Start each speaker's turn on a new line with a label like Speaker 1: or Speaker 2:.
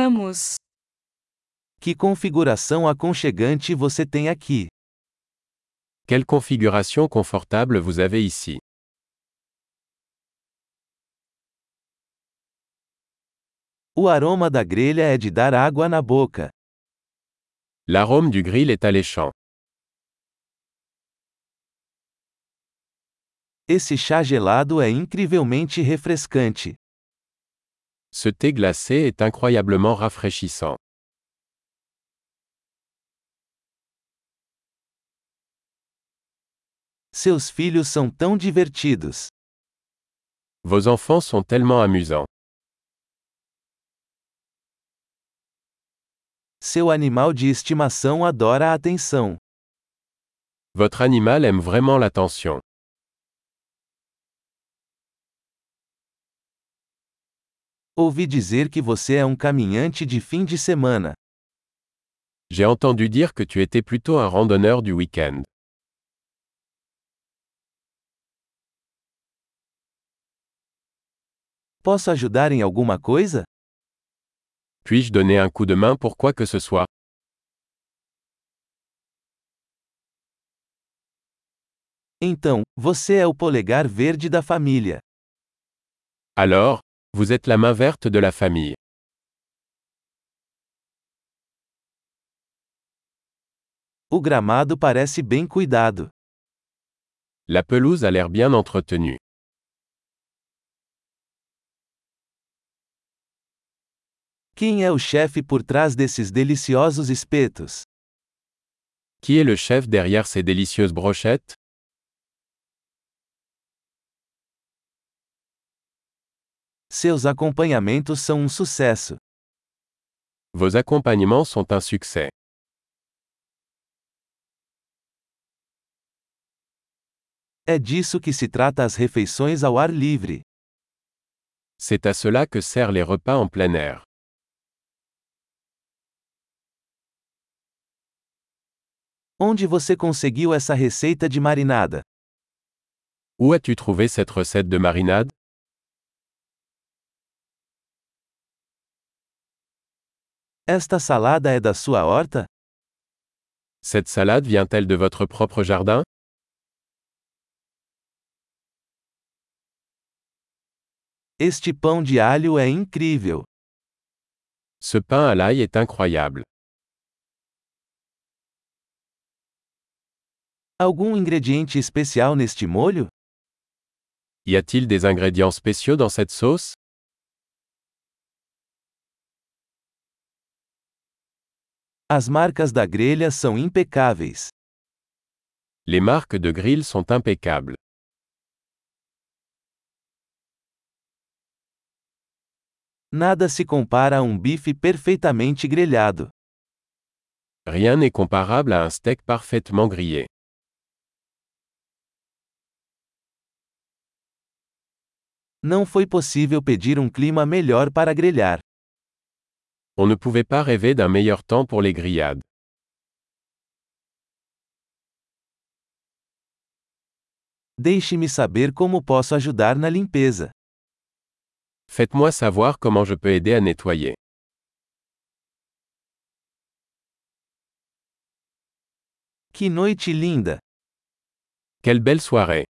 Speaker 1: Vamos!
Speaker 2: Que configuração aconchegante você tem aqui!
Speaker 3: Quelle configuration confortable vous avez ici.
Speaker 2: O aroma da grelha é de dar água na boca.
Speaker 3: L'arôme du grill est alléchant.
Speaker 2: Esse chá gelado é incrivelmente refrescante.
Speaker 3: Ce thé glacé est incroyablement rafraîchissant.
Speaker 2: Seus filhos são tão divertidos.
Speaker 3: Vos enfants sont tellement amusants.
Speaker 2: Seu animal de estimação adora a atenção.
Speaker 3: Votre animal aime vraiment l'attention.
Speaker 2: Ouvi dizer que você é um caminhante de fim de semana.
Speaker 3: J'ai entendu dire que tu étais plutôt un randonneur du week-end.
Speaker 2: Posso ajudar em alguma coisa?
Speaker 3: Puis-je donner un coup de main pour quoi que ce soit
Speaker 2: Então, você é o polegar verde da família.
Speaker 3: Alors, vous êtes la main verte de la famille.
Speaker 2: O gramado parece bem cuidado.
Speaker 3: La pelouse a l'air bien entretenue.
Speaker 2: Quem é o chefe por trás desses deliciosos espetos?
Speaker 3: Qui est le chef derrière ces délicieuses brochettes
Speaker 2: Seus acompanhamentos são um sucesso.
Speaker 3: Vos accompagnements sont un succès.
Speaker 2: É disso que se trata as refeições ao ar livre.
Speaker 3: C'est à cela que servent les repas en plein air.
Speaker 2: Onde você conseguiu essa receita de marinada?
Speaker 3: Où as-tu trouvé cette recette de marinade
Speaker 2: Esta salada é da sua horta?
Speaker 3: Cette salade vient-elle de votre propre jardin
Speaker 2: Este pão de alho é incrível.
Speaker 3: Ce pain à l'ail est incroyable.
Speaker 2: Algum ingrediente especial neste molho?
Speaker 3: Y a-t-il des ingrédients spéciaux dans cette sauce
Speaker 2: As marcas da grelha são impecáveis.
Speaker 3: Les marques de grill sont impeccables.
Speaker 2: Nada se compara a um bife perfeitamente grelhado.
Speaker 3: Rien n'est comparable à un steak parfaitement grillé.
Speaker 2: Não foi possível pedir um clima melhor para grelhar.
Speaker 3: On ne pouvait pas rêver d'un meilleur temps pour les grillades.
Speaker 2: Deixe-me saber como posso ajudar na limpeza.
Speaker 3: Faites-moi savoir comment je peux aider à nettoyer.
Speaker 2: Que noite linda!
Speaker 3: Quelle belle soirée